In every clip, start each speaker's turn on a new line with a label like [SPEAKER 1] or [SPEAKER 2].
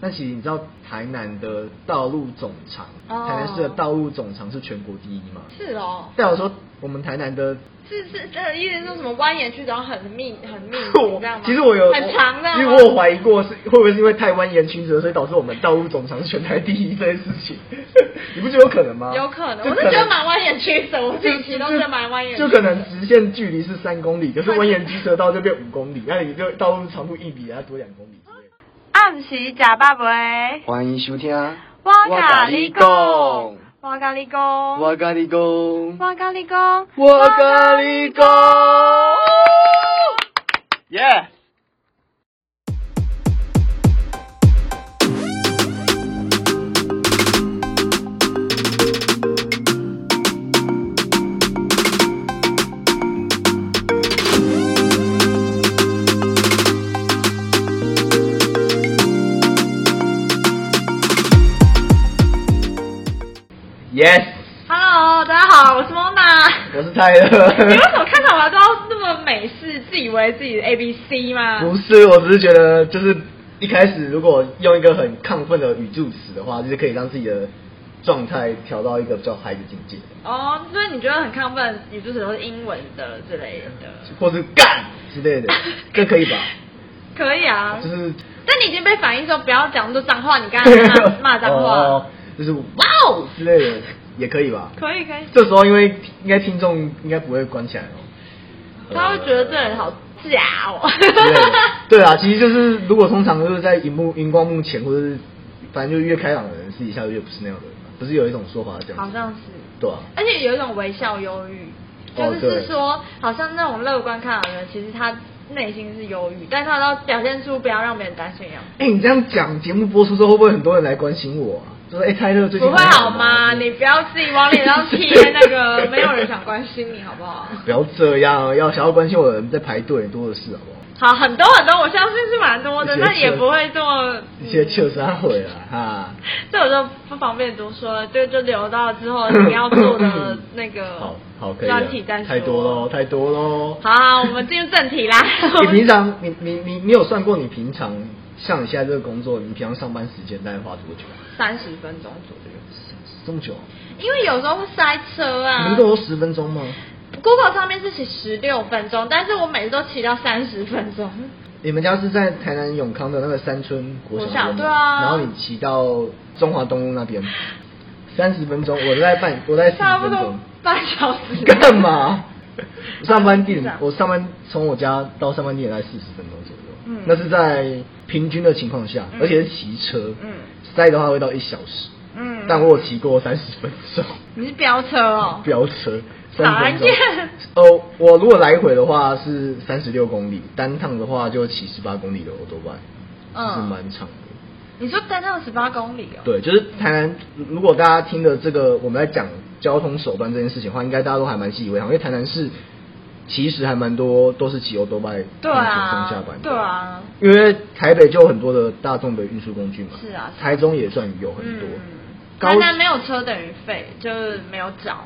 [SPEAKER 1] 但其实你知道台南的道路总长，
[SPEAKER 2] 哦
[SPEAKER 1] 台南市的道路总长是全国第一吗？
[SPEAKER 2] 是哦，
[SPEAKER 1] 代表说我们台南的
[SPEAKER 2] 是是，这意思是说什么蜿蜒曲折很密很密，嗯你
[SPEAKER 1] 我
[SPEAKER 2] 知道吗？
[SPEAKER 1] 其实我有
[SPEAKER 2] 很长的、啊
[SPEAKER 1] 因为我有怀疑过是会不会是因为太蜿蜒曲折，所以导致我们道路总长是全台第一这件事情， 你不觉得有可能吗？
[SPEAKER 2] 有可能，
[SPEAKER 1] 啊就
[SPEAKER 2] 我是觉得蛮蜿蜒曲折，我自己骑都是蛮蜿蜒曲折
[SPEAKER 1] 就可能直线距离是三公里，可是蜿蜒曲折道就变五公里，那你就道路长度一比它多两公里之类的。
[SPEAKER 2] 暗时假爸爸。
[SPEAKER 1] 欢迎收听，
[SPEAKER 2] 我甲你讲，我甲你讲，我
[SPEAKER 1] 跟你讲，
[SPEAKER 2] 甲你讲，
[SPEAKER 1] 跟你讲，耶、Yes，
[SPEAKER 2] Hello，大家好，我是 Mona。
[SPEAKER 1] 我是泰勒。
[SPEAKER 2] 你 为什么看到我都要那么美式，自以为自己的 A B C 吗？
[SPEAKER 1] 不是，我只是觉得，就是一开始如果用一个很亢奋的语助词的话，就是可以让自己的状态调到一个比较嗨的境界，
[SPEAKER 2] 哦，所以你觉得很亢奋，语助词都是英文的之类的，
[SPEAKER 1] 或是干之类 的，这可以吧？
[SPEAKER 2] 可以啊。
[SPEAKER 1] 就是
[SPEAKER 2] 但你已经被反映说不要讲出脏话，你刚才骂骂脏
[SPEAKER 1] 哦
[SPEAKER 2] 话，
[SPEAKER 1] 就是哇哦之类的，也可以吧？
[SPEAKER 2] 可以可以，
[SPEAKER 1] 这时候因为应该听众应该不会关起来哦，
[SPEAKER 2] 他会觉得这人好假哦。
[SPEAKER 1] 之类的。对啊，其实就是如果通常就是在荧幕荧光幕前，或者是反正就是越开朗的人，私底下就越不是那样的人嘛。不是有一种说法是 这样子？
[SPEAKER 2] 好像是。
[SPEAKER 1] 对啊。
[SPEAKER 2] 而且有一种微笑忧郁，
[SPEAKER 1] 哦
[SPEAKER 2] 就是
[SPEAKER 1] 对
[SPEAKER 2] 是说，好像那种乐观看好的人，其实他内心是忧郁，但他都表现出不要让别人担心一样。
[SPEAKER 1] 哎、你这样讲，节目播出之后会不会很多人来关心我啊？就是哎，泰勒最
[SPEAKER 2] 不
[SPEAKER 1] 近
[SPEAKER 2] 会
[SPEAKER 1] 还
[SPEAKER 2] 好
[SPEAKER 1] 吗
[SPEAKER 2] 吗？？你不要自己往脸上贴那个，没有人想关心你，好 不好？
[SPEAKER 1] 不要这样，要想要关心我的人在排队多的是，好不好？
[SPEAKER 2] 好，很多很多，我相信是蛮多的，
[SPEAKER 1] 一些
[SPEAKER 2] 那也
[SPEAKER 1] 确
[SPEAKER 2] 不会这么。
[SPEAKER 1] 一些
[SPEAKER 2] 嗯
[SPEAKER 1] 确实他毁了啊哈。
[SPEAKER 2] 这我就不方便多说了，就就留到之后你要做的 那个
[SPEAKER 1] 好好可以了
[SPEAKER 2] 专题再说。
[SPEAKER 1] 太多喽，。太多喽。
[SPEAKER 2] 好好，我们进入正题啦
[SPEAKER 1] 。你平常，你你你你有算过你平常像你现在这个工作，你平常上班时间大概花多久？啊
[SPEAKER 2] 三十分钟左右，
[SPEAKER 1] 这么久？啊
[SPEAKER 2] 因为有时候会塞车
[SPEAKER 1] 你
[SPEAKER 2] 啊
[SPEAKER 1] 们。都十分钟吗？
[SPEAKER 2] Google 上面是写十六分钟，但是我每次都骑到三十分钟。
[SPEAKER 1] 你们家是在台南永康的那个山村国
[SPEAKER 2] 国
[SPEAKER 1] 小
[SPEAKER 2] 小
[SPEAKER 1] 边吗
[SPEAKER 2] 对啊
[SPEAKER 1] 然后你骑到中华东路那 边，三十分钟，我在半，我在十
[SPEAKER 2] 差不
[SPEAKER 1] 分
[SPEAKER 2] 多
[SPEAKER 1] 钟，
[SPEAKER 2] 半小时。
[SPEAKER 1] 干？ 嘛？我上班地
[SPEAKER 2] 是
[SPEAKER 1] 点
[SPEAKER 2] 啊，
[SPEAKER 1] 我上班从我家到上班地点在四十分钟左右，
[SPEAKER 2] 嗯
[SPEAKER 1] 那是在平均的情况下，
[SPEAKER 2] 嗯
[SPEAKER 1] 而且是骑车，
[SPEAKER 2] 嗯
[SPEAKER 1] 塞的话会到一小时，
[SPEAKER 2] 嗯
[SPEAKER 1] 但我有骑过三十分 钟，
[SPEAKER 2] 你是飙车哦。
[SPEAKER 1] 飙车
[SPEAKER 2] 哪
[SPEAKER 1] 三十分钟
[SPEAKER 2] 样。
[SPEAKER 1] 哦，我如果来回的话是三十六公里，单趟的话就骑十八公里的欧多拜，
[SPEAKER 2] 嗯
[SPEAKER 1] 是蛮长的。
[SPEAKER 2] 你说单趟十八公里哦？
[SPEAKER 1] 对，就是台南，如果大家听的这个我们在讲交通手段这件事情的话，应该大家都还蛮习以为常，因为台南市其实还蛮多都是骑欧多拜
[SPEAKER 2] 对啊
[SPEAKER 1] 上下班的。
[SPEAKER 2] 对啊。
[SPEAKER 1] 因为台北就有很多的大众的运输工具嘛，
[SPEAKER 2] 是啊是啊
[SPEAKER 1] 台中也算有很多，高
[SPEAKER 2] 台南嗯没有车等于废，就是没有找，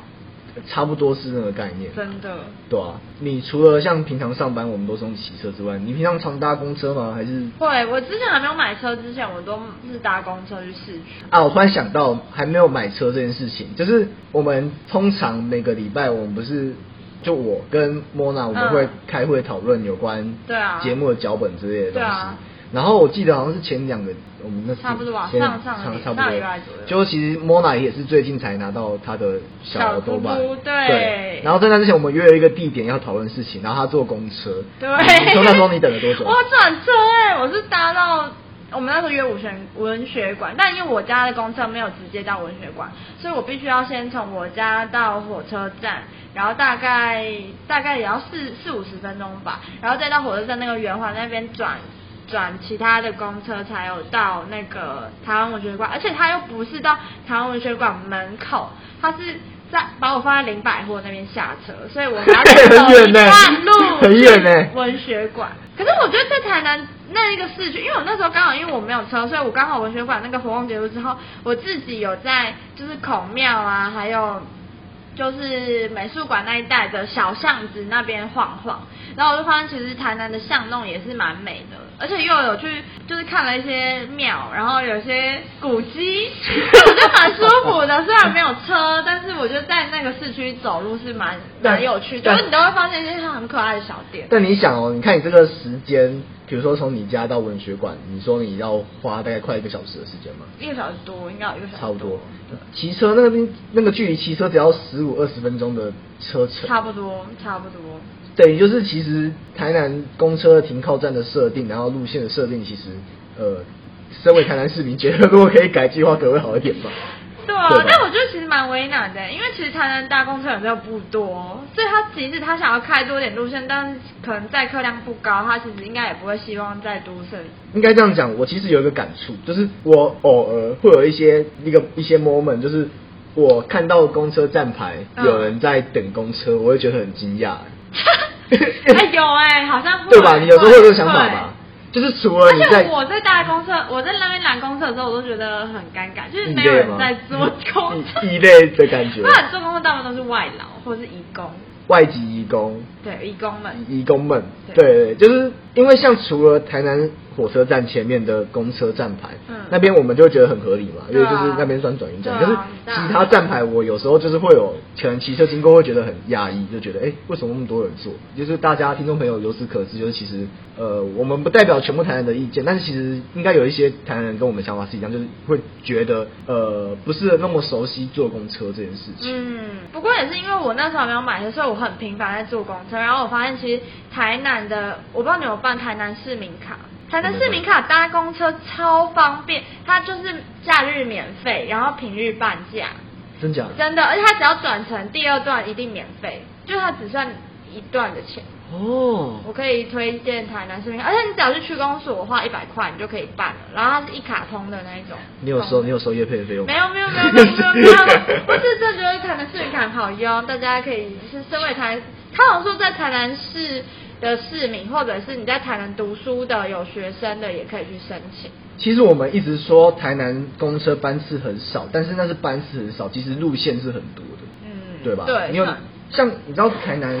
[SPEAKER 1] 差不多是那个概念。
[SPEAKER 2] 真的。
[SPEAKER 1] 对啊，你除了像平常上班我们都是用骑车之外，你平常常搭公车吗？还是
[SPEAKER 2] 会，我之前还没有买车之前，我都是搭公车去市区。
[SPEAKER 1] 啊？我突然想到还没有买车这件事情，就是我们通常每个礼拜我们不是就我跟莫娜我们
[SPEAKER 2] 嗯
[SPEAKER 1] 会开会讨论有关
[SPEAKER 2] 对啊
[SPEAKER 1] 节目的脚本之类的东
[SPEAKER 2] 对
[SPEAKER 1] 西。
[SPEAKER 2] 啊
[SPEAKER 1] 然后我记得好像是前两个，我们那次
[SPEAKER 2] 差不多吧
[SPEAKER 1] 前
[SPEAKER 2] 上上个
[SPEAKER 1] 差
[SPEAKER 2] 礼
[SPEAKER 1] 差不
[SPEAKER 2] 上
[SPEAKER 1] 多
[SPEAKER 2] 个礼拜左右
[SPEAKER 1] 就其实莫娜也是最近才拿到她的小
[SPEAKER 2] 小
[SPEAKER 1] 多巴
[SPEAKER 2] 嘟嘟，对
[SPEAKER 1] 对。然后在那之前我们约了一个地点要讨论事情，然后她坐公车，
[SPEAKER 2] 对，
[SPEAKER 1] 你说那时候你等了多久？
[SPEAKER 2] 我转车哎、我是搭到我们那时候约武学文学馆，但因为我家的公车没有直接到文学馆，所以我必须要先从我家到火车站，然后大概大概也要四四五十分钟吧，然后再到火车站那个圆环那边转。转其他的公车才有到那个台湾文学馆，而且它又不是到台湾文学馆门口，它是在把我放在林百货那边下车，所以我还要再走
[SPEAKER 1] 很远
[SPEAKER 2] 一
[SPEAKER 1] 呢
[SPEAKER 2] 段路，
[SPEAKER 1] 很远呢
[SPEAKER 2] 文学馆。可是我觉得在台南那一个市区，因为我那时候刚好因为我没有车，所以我刚好文学馆那个活动结束之后，我自己有在就是孔庙啊，还有就是美术馆那一带的小巷子那边晃晃，然后我就发现其实台南的巷弄也是蛮美的，而且又有去就是看了一些庙，然后有些 古迹，我觉得蛮舒服的。虽然没有车，但是我觉得在那个市区走路是蛮
[SPEAKER 1] 但
[SPEAKER 2] 蛮有趣的，
[SPEAKER 1] 但
[SPEAKER 2] 就是你都会发现一些很可爱的小店。
[SPEAKER 1] 但你想哦，你看你这个时间，比如说从你家到文学馆，你说你要花大概快一个小时的时间吗？
[SPEAKER 2] 一个小时多，应该有一个小时
[SPEAKER 1] 差不多
[SPEAKER 2] 对，
[SPEAKER 1] 骑车那边那个距离，骑车只要十五二十分钟的车程，
[SPEAKER 2] 差不多，差不多。
[SPEAKER 1] 等于就是其实台南公车停靠站的设定，然后路线的设定，其实呃，身为台南市民，觉得如果可以改计划，可能会好一点吧。
[SPEAKER 2] 对啊
[SPEAKER 1] 对吧，
[SPEAKER 2] 但我觉得其实蛮为难的，因为其实台南搭公车人真的不多，所以他即使他想要开多点路线，但是可能载客量不高，他其实应该也不会希望再多 设
[SPEAKER 1] 应该这样讲，我其实有一个感触，就是我偶尔会有一些一个一些 moment，就是我看到公车站牌
[SPEAKER 2] 嗯
[SPEAKER 1] 有人在等公车，我会觉得很惊讶，
[SPEAKER 2] 哎、有哎、好像会
[SPEAKER 1] 对吧？你有时候会有这个想法
[SPEAKER 2] 会
[SPEAKER 1] 吧？就是除了你
[SPEAKER 2] 而
[SPEAKER 1] 在
[SPEAKER 2] 且我在搭公车，我在那边拦公车的时候，我都觉得很尴尬，就是
[SPEAKER 1] 异
[SPEAKER 2] 没有
[SPEAKER 1] 类
[SPEAKER 2] 人
[SPEAKER 1] 吗
[SPEAKER 2] 在坐公车，
[SPEAKER 1] 异异类的感 觉
[SPEAKER 2] 不然坐公车大部分都是外劳或是义工，
[SPEAKER 1] 外籍移工，
[SPEAKER 2] 对，义工们。
[SPEAKER 1] 移工们，
[SPEAKER 2] 对
[SPEAKER 1] 对，就是因为像除了台南火车站前面的公车站牌，
[SPEAKER 2] 嗯
[SPEAKER 1] 那边我们就会觉得很合理嘛，因
[SPEAKER 2] 对
[SPEAKER 1] 为
[SPEAKER 2] 啊
[SPEAKER 1] 就是那边算转运站，
[SPEAKER 2] 对
[SPEAKER 1] 可是
[SPEAKER 2] 啊
[SPEAKER 1] 其他站牌我有时候就是会有可能骑车经过会觉得很压抑，就觉得哎、诶为什么那么多人坐？就是大家听众朋友由此可知，就是其实呃我们不代表全部台南的意见，但是其实应该有一些台南人跟我们想法是一样，就是会觉得呃不是那么熟悉坐公车这件事情。
[SPEAKER 2] 嗯，不过也是因为我那时候没有买车，所以我很频繁在坐公车。然后我发现其实台南的，我不知道你有没有办台南市民卡，台南市民卡搭公车超方便，它就是假日免费，然后平日半价，
[SPEAKER 1] 真假的？
[SPEAKER 2] 真的，而且它只要转乘第二段一定免费，就它只算一段的钱。
[SPEAKER 1] 哦，
[SPEAKER 2] 我可以推荐台南市民卡，而且你只要去区公所花一百块，你就可以办了。然后它是一卡通的那一种。
[SPEAKER 1] 你有收你有收业配的费用吗？
[SPEAKER 2] 哦没有没有没有没有没有没有， 我是这觉得台南市民卡很好用，大家可以就是身为台，他好像说在台南市的市民，或者是你在台南读书的有学生的，也可以去申请。
[SPEAKER 1] 其实我们一直说台南公车班次很少，但是那是班次很少，其实路线是很多的，
[SPEAKER 2] 嗯，
[SPEAKER 1] 对吧？
[SPEAKER 2] 对，
[SPEAKER 1] 你有
[SPEAKER 2] 那
[SPEAKER 1] 像你知道台南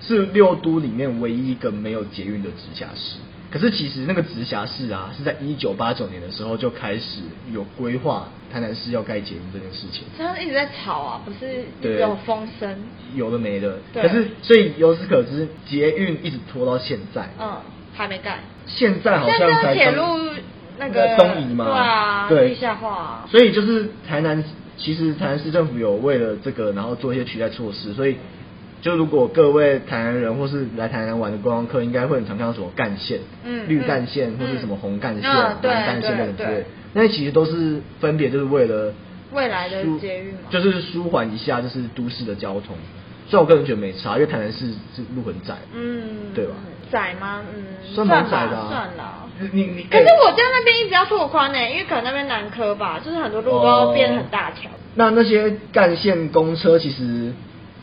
[SPEAKER 1] 是六都里面唯一一个没有捷运的直辖市，可是其实那个直辖市啊是在一九八九年的时候就开始有规划台南市要盖捷运这件事情。
[SPEAKER 2] 他们一直在吵啊，不是
[SPEAKER 1] 对
[SPEAKER 2] 有风声？
[SPEAKER 1] 有的没的，
[SPEAKER 2] 对
[SPEAKER 1] 可是所以由此可知，捷运一直拖到现在，
[SPEAKER 2] 嗯，还没盖。
[SPEAKER 1] 现在好像
[SPEAKER 2] 现在
[SPEAKER 1] 才
[SPEAKER 2] 铁
[SPEAKER 1] 刚
[SPEAKER 2] 路那个
[SPEAKER 1] 东移嘛，
[SPEAKER 2] 对啊
[SPEAKER 1] 对，
[SPEAKER 2] 地下化啊
[SPEAKER 1] 所以就是台南，其实台南市政府有为了这个，然后做一些取代措施，所以。就如果各位台南人或是来台南玩的观光客，应该会很常看到什么干线，
[SPEAKER 2] 嗯
[SPEAKER 1] 绿干线、
[SPEAKER 2] 嗯
[SPEAKER 1] 或是什么红干线、
[SPEAKER 2] 嗯对
[SPEAKER 1] 蓝干线那种之
[SPEAKER 2] 对
[SPEAKER 1] 类的
[SPEAKER 2] 对，
[SPEAKER 1] 那其实都是分别就是为了
[SPEAKER 2] 未来的
[SPEAKER 1] 舒
[SPEAKER 2] 捷运嘛
[SPEAKER 1] 就是舒缓一下就是都市的交通。虽然我个人觉得没差，因为台南市是路很窄，
[SPEAKER 2] 嗯，
[SPEAKER 1] 对吧？
[SPEAKER 2] 窄吗？嗯，
[SPEAKER 1] 算蛮
[SPEAKER 2] 吧，
[SPEAKER 1] 窄的啊
[SPEAKER 2] 算了。
[SPEAKER 1] 你你
[SPEAKER 2] 可是
[SPEAKER 1] 哎
[SPEAKER 2] 我家那边一直要拓宽呢、因为可能那边南科吧，就是很多路都变得很大条。
[SPEAKER 1] 哦那那些干线公车其实，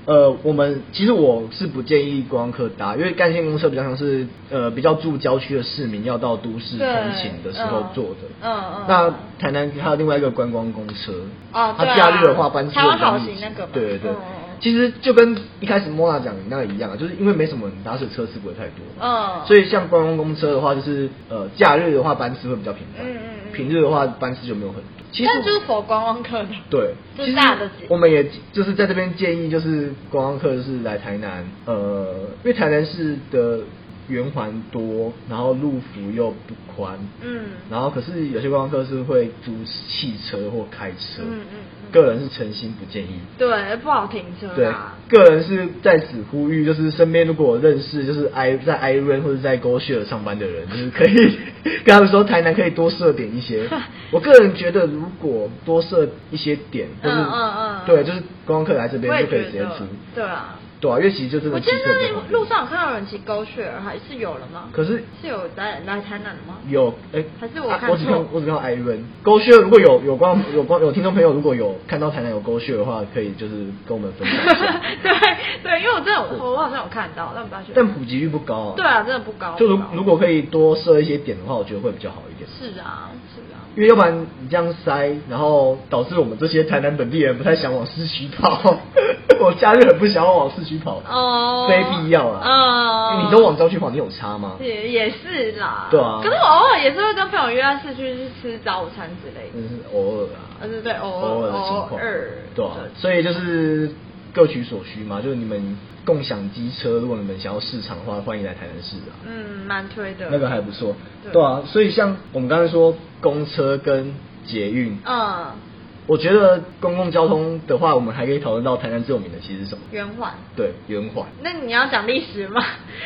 [SPEAKER 1] 呃，我们其实我是不建议观光客搭，因为干线公车比较像是呃比较住郊区的市民要到都市通
[SPEAKER 2] 对
[SPEAKER 1] 勤的时候
[SPEAKER 2] 嗯
[SPEAKER 1] 坐的。
[SPEAKER 2] 嗯嗯
[SPEAKER 1] 那台南还有另外一个观光公车。
[SPEAKER 2] 哦
[SPEAKER 1] 它
[SPEAKER 2] 对啊
[SPEAKER 1] 假日的话班次
[SPEAKER 2] 台湾
[SPEAKER 1] 会比较
[SPEAKER 2] 好
[SPEAKER 1] 密
[SPEAKER 2] 行
[SPEAKER 1] 集
[SPEAKER 2] 那个嘛
[SPEAKER 1] 对对对。
[SPEAKER 2] 嗯嗯嗯
[SPEAKER 1] 其实就跟一开始莫娜讲的那个一样，啊就是因为没什么人搭，所以车次不会太多。
[SPEAKER 2] 嗯
[SPEAKER 1] 所以像观光公车的话，就是呃假日的话班次会比较频繁，
[SPEAKER 2] 嗯嗯嗯
[SPEAKER 1] 平日的话班次就没有很多。其实
[SPEAKER 2] 但就是否观光客的，
[SPEAKER 1] 对，
[SPEAKER 2] 就
[SPEAKER 1] 其实
[SPEAKER 2] 大的景
[SPEAKER 1] 我们也就是在这边建议，就是观光客就是来台南，呃，因为台南市的圆环多，然后路幅又不宽，
[SPEAKER 2] 嗯
[SPEAKER 1] 然后可是有些观光客是会租汽车或开车，
[SPEAKER 2] 嗯嗯嗯
[SPEAKER 1] 个人是诚心不建议。
[SPEAKER 2] 对，啊不好停车
[SPEAKER 1] 对
[SPEAKER 2] 啦。，
[SPEAKER 1] 个人是在此呼吁，就是身边如果有认识就是 i 在 i r o n 或者在 GoShare 上班的人，就是可以跟他们说台南可以多设点一 些。我个人觉得，如果多设一些点，就是
[SPEAKER 2] 嗯嗯嗯
[SPEAKER 1] 对，就是观光客来这
[SPEAKER 2] 我
[SPEAKER 1] 边
[SPEAKER 2] 也
[SPEAKER 1] 就可以
[SPEAKER 2] 觉
[SPEAKER 1] 直接
[SPEAKER 2] 得
[SPEAKER 1] 租，
[SPEAKER 2] 对啊。
[SPEAKER 1] 对啊，因为其实就真
[SPEAKER 2] 我
[SPEAKER 1] 的
[SPEAKER 2] 记
[SPEAKER 1] 骑车比较
[SPEAKER 2] 得
[SPEAKER 1] 方便
[SPEAKER 2] 路上有看到有人骑狗血，还是有了吗？
[SPEAKER 1] 可是
[SPEAKER 2] 是有来来台南的吗？
[SPEAKER 1] 有哎，
[SPEAKER 2] 还是我
[SPEAKER 1] 啊
[SPEAKER 2] 看
[SPEAKER 1] 我只看
[SPEAKER 2] 错
[SPEAKER 1] 我只看到 i r o n GoShare 如果有有光有光有听众朋友如果有看到台南有 GoShare 的话，可以就是跟我们分享 一下。
[SPEAKER 2] 对对，因为我真的我我好像有看到，但不大确
[SPEAKER 1] 但
[SPEAKER 2] 定。
[SPEAKER 1] 普及率不高啊。
[SPEAKER 2] 对啊，真的不高。
[SPEAKER 1] 就
[SPEAKER 2] 不
[SPEAKER 1] 如
[SPEAKER 2] 高
[SPEAKER 1] 如果可以多设一些点的话，我觉得会比较好一点。
[SPEAKER 2] 是啊是啊，
[SPEAKER 1] 因为要不然你这样塞，然后导致我们这些台南本地人不太想往市区跑。我 我假日很不想要往市区跑，
[SPEAKER 2] 哦
[SPEAKER 1] 非必要啊。
[SPEAKER 2] 哦
[SPEAKER 1] 你都往郊区跑，你有差吗？
[SPEAKER 2] 也也是啦，
[SPEAKER 1] 对啊
[SPEAKER 2] 可是我偶尔也是会跟朋友约到市区去吃早午餐之类的，
[SPEAKER 1] 嗯，偶尔啊，
[SPEAKER 2] 呃对对偶尔
[SPEAKER 1] 偶尔的情况，
[SPEAKER 2] 偶尔
[SPEAKER 1] 对啊
[SPEAKER 2] 对，
[SPEAKER 1] 所以就是各取所需嘛，就是你们共享机车，如果你们想要市场的话，欢迎来台南市啊，
[SPEAKER 2] 嗯，蛮推的。
[SPEAKER 1] 那个还不错，
[SPEAKER 2] 对
[SPEAKER 1] 对啊，所以像我们刚才说公车跟捷运，
[SPEAKER 2] 嗯，
[SPEAKER 1] 我觉得公共交通的话，我们还可以讨论到台南最有名的其实是什么？
[SPEAKER 2] 圆环。
[SPEAKER 1] 对，圆环。
[SPEAKER 2] 那你要讲历史吗？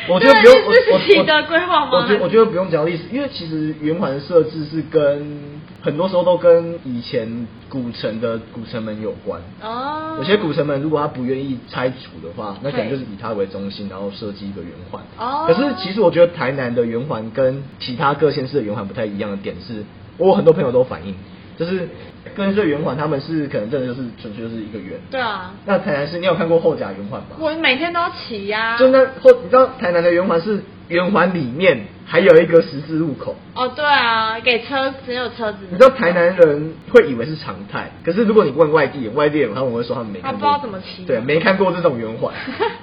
[SPEAKER 1] 我觉得不用，我
[SPEAKER 2] 这是
[SPEAKER 1] 我
[SPEAKER 2] 自己
[SPEAKER 1] 我
[SPEAKER 2] 的规划吗？
[SPEAKER 1] 我觉我觉得不用讲历史，因为其实圆环的设置是跟很多时候都跟以前古城的古城门有关。
[SPEAKER 2] 哦，
[SPEAKER 1] 有些古城门如果他不愿意拆除的话，那可能
[SPEAKER 2] 对
[SPEAKER 1] 就是以它为中心，然后设计一个圆环。
[SPEAKER 2] 哦
[SPEAKER 1] 可是其实我觉得台南的圆环跟其他各县市的圆环不太一样的点是，我有很多朋友都反映，就是跟这圆环他们是可能真的就是纯粹就是一个圆。
[SPEAKER 2] 对啊，
[SPEAKER 1] 那台南市你有看过后甲圆环吗？
[SPEAKER 2] 我每天都骑呀、
[SPEAKER 1] 就那后，你知道台南的圆环是圆环里面还有一个十字路口。
[SPEAKER 2] 哦，对啊，给车只有车子。
[SPEAKER 1] 你知道台南人会以为是常态，可是如果你问外地人，外地人他们会说他们没看过，
[SPEAKER 2] 他不知道怎么骑
[SPEAKER 1] 对，没看过这种圆 环。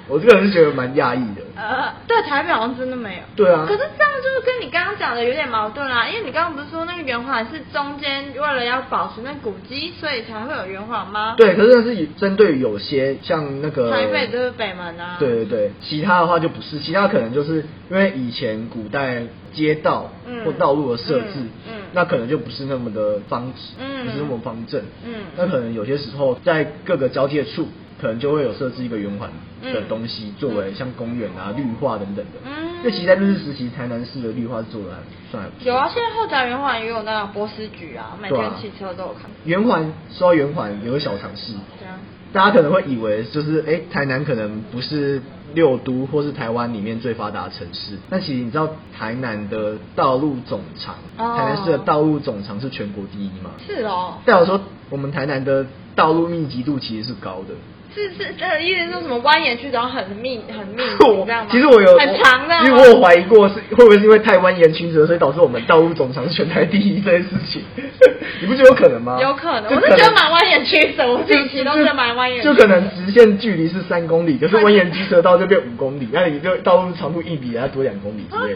[SPEAKER 1] 我这个人是觉得蛮讶异的。
[SPEAKER 2] 呃，对，台北好像真的没有。
[SPEAKER 1] 对啊
[SPEAKER 2] 可是这样就是跟你刚刚讲的有点矛盾啦、因为你刚刚不是说那个圆环是中间为了要保存那古迹，所以才会有圆环吗？，
[SPEAKER 1] 对，可是那是以针对有些像那个
[SPEAKER 2] 啊台北就是北门啊。
[SPEAKER 1] 对对对，其他的话就不是，其他可能就是因为以前古代街道
[SPEAKER 2] 嗯
[SPEAKER 1] 或道路的设置，
[SPEAKER 2] 嗯嗯
[SPEAKER 1] 那可能就不是那么的方直，
[SPEAKER 2] 嗯
[SPEAKER 1] 不是那么方正，
[SPEAKER 2] 嗯
[SPEAKER 1] 那可能有些时候在各个交界处，可能就会有设置一个圆环的
[SPEAKER 2] 嗯
[SPEAKER 1] 东西，作为像公园啊、绿化等等的。
[SPEAKER 2] 嗯
[SPEAKER 1] 那其实在日治时期，台南市的绿化是做的还算还不错。
[SPEAKER 2] 有啊，现在后甲圆环也有那个波斯菊啊，每
[SPEAKER 1] 对
[SPEAKER 2] 天
[SPEAKER 1] 啊
[SPEAKER 2] 骑车都有看。嗯
[SPEAKER 1] 圆环说到圆环，有个小常识，
[SPEAKER 2] 这样。
[SPEAKER 1] 大家可能会以为就是哎、诶台南可能不是六都或是台湾里面最发达的城市，但其实你知道台南的道路总长，
[SPEAKER 2] 哦
[SPEAKER 1] 台南市的道路总长是全国第一吗？
[SPEAKER 2] 是哦，
[SPEAKER 1] 代表说我们台南的道路密集度其实是高的。
[SPEAKER 2] 是是，这意思是什么蜿蜒去，然后很密 很密，
[SPEAKER 1] 我
[SPEAKER 2] 这样吗？
[SPEAKER 1] 其实我有
[SPEAKER 2] 很长的啊，
[SPEAKER 1] 因为我有怀疑 过是会不会是因为太蜿蜒曲折，所以导致我们道路总长是全台第一这件事情， 你不觉得有可能吗？
[SPEAKER 2] 有可能，
[SPEAKER 1] 就
[SPEAKER 2] 我是觉得蛮蜿蜒曲折，我自己骑都是蛮蜿蜒曲折
[SPEAKER 1] 就可能直线距离是三公里，可是蜿蜒机车道就变五公里，那你就道路长度一比，还要多两公里之类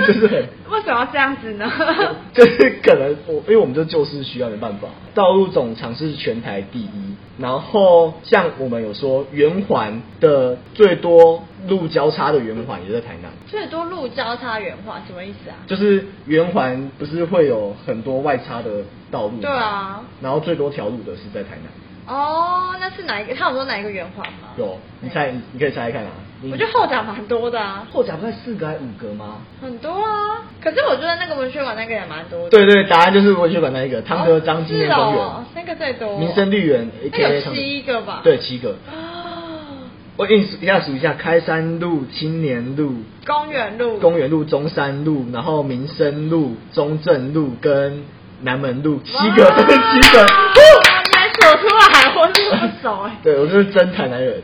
[SPEAKER 1] 的， 就是很，
[SPEAKER 2] 为什么要这样子 呢？
[SPEAKER 1] 就是可能我因为我们就旧市需要没办法，道路总长是全台第一，然后像我们有说圆环的最多路交叉的圆环也在台南。
[SPEAKER 2] 最多路交叉原画什么意思啊？
[SPEAKER 1] 就是圆环不是会有很多外插的道路吗
[SPEAKER 2] 对啊，
[SPEAKER 1] 然后最多条路的是在台南。
[SPEAKER 2] 哦，那是哪一个？他有说哪一个圆环吗？
[SPEAKER 1] 有，你猜，你你可以猜猜看啊。你
[SPEAKER 2] 我觉得后甲蛮多的啊，
[SPEAKER 1] 后甲不是四个还是五个吗？
[SPEAKER 2] 很多啊。可是我觉得那个文学馆那个也蛮多的。
[SPEAKER 1] 对对，答案就是文学馆那一个汤德章纪念
[SPEAKER 2] 哦
[SPEAKER 1] 公
[SPEAKER 2] 是
[SPEAKER 1] 园、
[SPEAKER 2] 哦那个最多
[SPEAKER 1] 民生绿园
[SPEAKER 2] 那有
[SPEAKER 1] AKA 汤德
[SPEAKER 2] 七个吧
[SPEAKER 1] 对，七 个。
[SPEAKER 2] 啊，
[SPEAKER 1] 我给你数一下，数一下：开山路、青年路、
[SPEAKER 2] 公园路，
[SPEAKER 1] 公园路、中山路，然后民生路、中正路跟南门路，七个，
[SPEAKER 2] 哇
[SPEAKER 1] 七 个。。
[SPEAKER 2] 你还数出来，我数不熟哎
[SPEAKER 1] 对，我就是真台南人，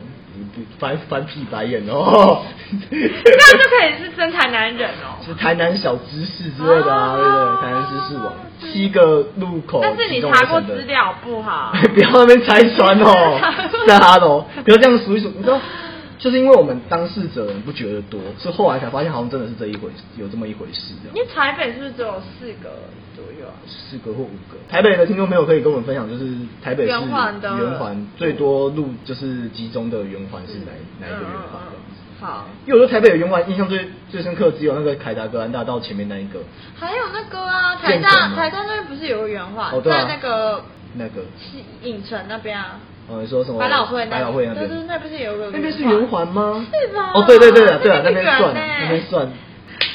[SPEAKER 1] 你翻翻屁白眼哦。
[SPEAKER 2] 那就可以是真台南人哦。
[SPEAKER 1] 是台南小知识之类的啊，
[SPEAKER 2] 哦
[SPEAKER 1] 对不对？台南知识网
[SPEAKER 2] 是
[SPEAKER 1] 七个路口，
[SPEAKER 2] 但是你查过资，料不好？，
[SPEAKER 1] 不要在那边拆穿哦 在哈喽，不要这样数一数，你知道。就是因为我们当事者人不觉得多，是后来才发现好像真的是这一回有这么一回事这样
[SPEAKER 2] 因为台北是不是只有四个左右啊？
[SPEAKER 1] 四个或五个。台北的听众朋友可以跟我们分享，就是台北市
[SPEAKER 2] 圆环的
[SPEAKER 1] 圆环最多路就是集中的圆环是哪哪一个圆环这样
[SPEAKER 2] 嗯嗯
[SPEAKER 1] 子？
[SPEAKER 2] 嗯好，
[SPEAKER 1] 因为我对台北的圆环印象最最深刻，只有那个凯达格兰大道前面那一个，
[SPEAKER 2] 还有那个啊，哦台
[SPEAKER 1] 建成
[SPEAKER 2] 大
[SPEAKER 1] 吗
[SPEAKER 2] 台大那边不是有个圆环，
[SPEAKER 1] 哦对
[SPEAKER 2] 在
[SPEAKER 1] 啊
[SPEAKER 2] 那个
[SPEAKER 1] 那个，
[SPEAKER 2] 西影城那边啊，
[SPEAKER 1] 呃，说什么
[SPEAKER 2] 百老汇那
[SPEAKER 1] 百老汇那
[SPEAKER 2] 对对，
[SPEAKER 1] 边，
[SPEAKER 2] 那边是有个
[SPEAKER 1] 那边是圆环吗？
[SPEAKER 2] 是吗？
[SPEAKER 1] 哦，对对对了对了，
[SPEAKER 2] 那
[SPEAKER 1] 那
[SPEAKER 2] 边
[SPEAKER 1] 边
[SPEAKER 2] 很
[SPEAKER 1] 算
[SPEAKER 2] 远欸
[SPEAKER 1] 那边算，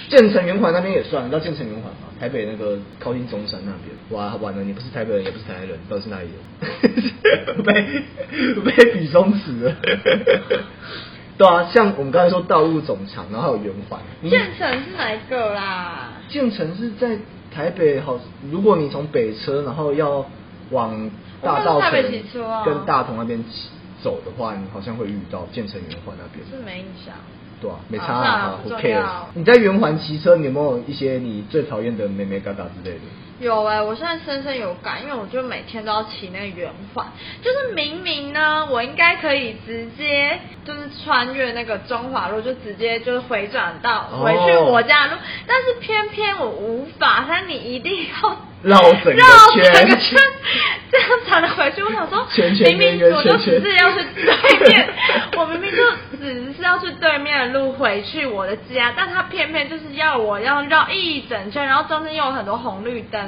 [SPEAKER 1] 建成圆环那边也算，你知道建成圆环吗？台北那个靠近中山那边，哇，完了，你不是台北人，也不是台南人，到底是哪里人？ 被被比中指了。 对啊，像我们刚才说道路总长，然后还有圆环，你
[SPEAKER 2] 建成是哪一个啦？
[SPEAKER 1] 建成是在台北好，如果你从北车，然后要往大道
[SPEAKER 2] 我上次台北
[SPEAKER 1] 城
[SPEAKER 2] 骑车啊
[SPEAKER 1] 跟大同那边骑走的话，你好像会遇到建成圆环那边。
[SPEAKER 2] 是没印象。
[SPEAKER 1] 对啊，没
[SPEAKER 2] 啊
[SPEAKER 1] 差
[SPEAKER 2] 算了
[SPEAKER 1] 啊
[SPEAKER 2] 不
[SPEAKER 1] ，Who
[SPEAKER 2] 重
[SPEAKER 1] cares？
[SPEAKER 2] 要
[SPEAKER 1] 你在圆环骑车，你有没有一些你最讨厌的妹妹嘎嘎之类的？
[SPEAKER 2] 有哎、我现在深深有感，因为我就每天都要骑那个圆环，就是明明呢，我应该可以直接就是穿越那个中华路，就直接就是回转到
[SPEAKER 1] 哦
[SPEAKER 2] 回去我家的路，但是偏偏我无法，但你一定要
[SPEAKER 1] 绕整个
[SPEAKER 2] 绕整
[SPEAKER 1] 圈
[SPEAKER 2] 个圈，这样才能回去。我想说，
[SPEAKER 1] 圈圈圆
[SPEAKER 2] 明明
[SPEAKER 1] 圆
[SPEAKER 2] 我就
[SPEAKER 1] 圈圈
[SPEAKER 2] 只是要去 对面，我明明就只是要去对面的路回去我的家，但他偏偏就是要我要绕一整圈，然后中间又有很多红绿灯，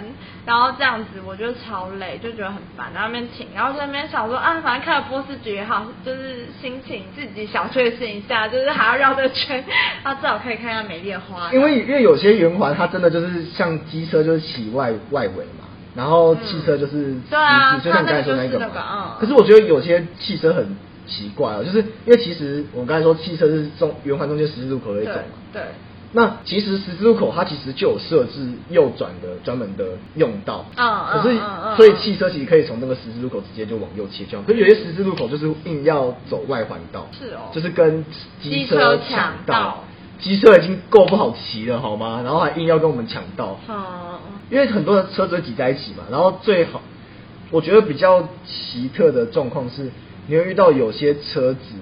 [SPEAKER 2] 然后这样子我就超累，就觉得很烦，然后那边停，然后在那边想说啊，反正看了波斯菊也好，就是心情自己小确幸一下，就是还要绕这圈，啊，至少可以看一下美丽的花。
[SPEAKER 1] 因为因为有些圆环它真的就是像机车就是骑外外围嘛，然后汽车就是十字、
[SPEAKER 2] 对啊
[SPEAKER 1] 就像你刚才说
[SPEAKER 2] 它那
[SPEAKER 1] 个
[SPEAKER 2] 个就是
[SPEAKER 1] 嘛。
[SPEAKER 2] 那个嗯
[SPEAKER 1] 可是我觉得有些汽车很奇怪哦，就是因为其实我们刚才说汽车是中圆环中间十字路口的一
[SPEAKER 2] 对
[SPEAKER 1] 种嘛。
[SPEAKER 2] 对，
[SPEAKER 1] 那其实十字路口它其实就有设置右转的专门的用道，
[SPEAKER 2] 嗯嗯
[SPEAKER 1] 可是
[SPEAKER 2] 嗯嗯
[SPEAKER 1] 所以汽车其实可以从那个十字路口直接就往右切这样，可是有些十字路口就是硬要走外环道，
[SPEAKER 2] 是哦
[SPEAKER 1] 就是跟机
[SPEAKER 2] 机车
[SPEAKER 1] 车
[SPEAKER 2] 抢
[SPEAKER 1] 抢
[SPEAKER 2] 道
[SPEAKER 1] 道，机车已经够不好骑了好吗？然后还硬要跟我们抢道，
[SPEAKER 2] 嗯，
[SPEAKER 1] 因为很多的车子挤在一起嘛，然后最好，我觉得比较奇特的状况是，你会遇到有些车子，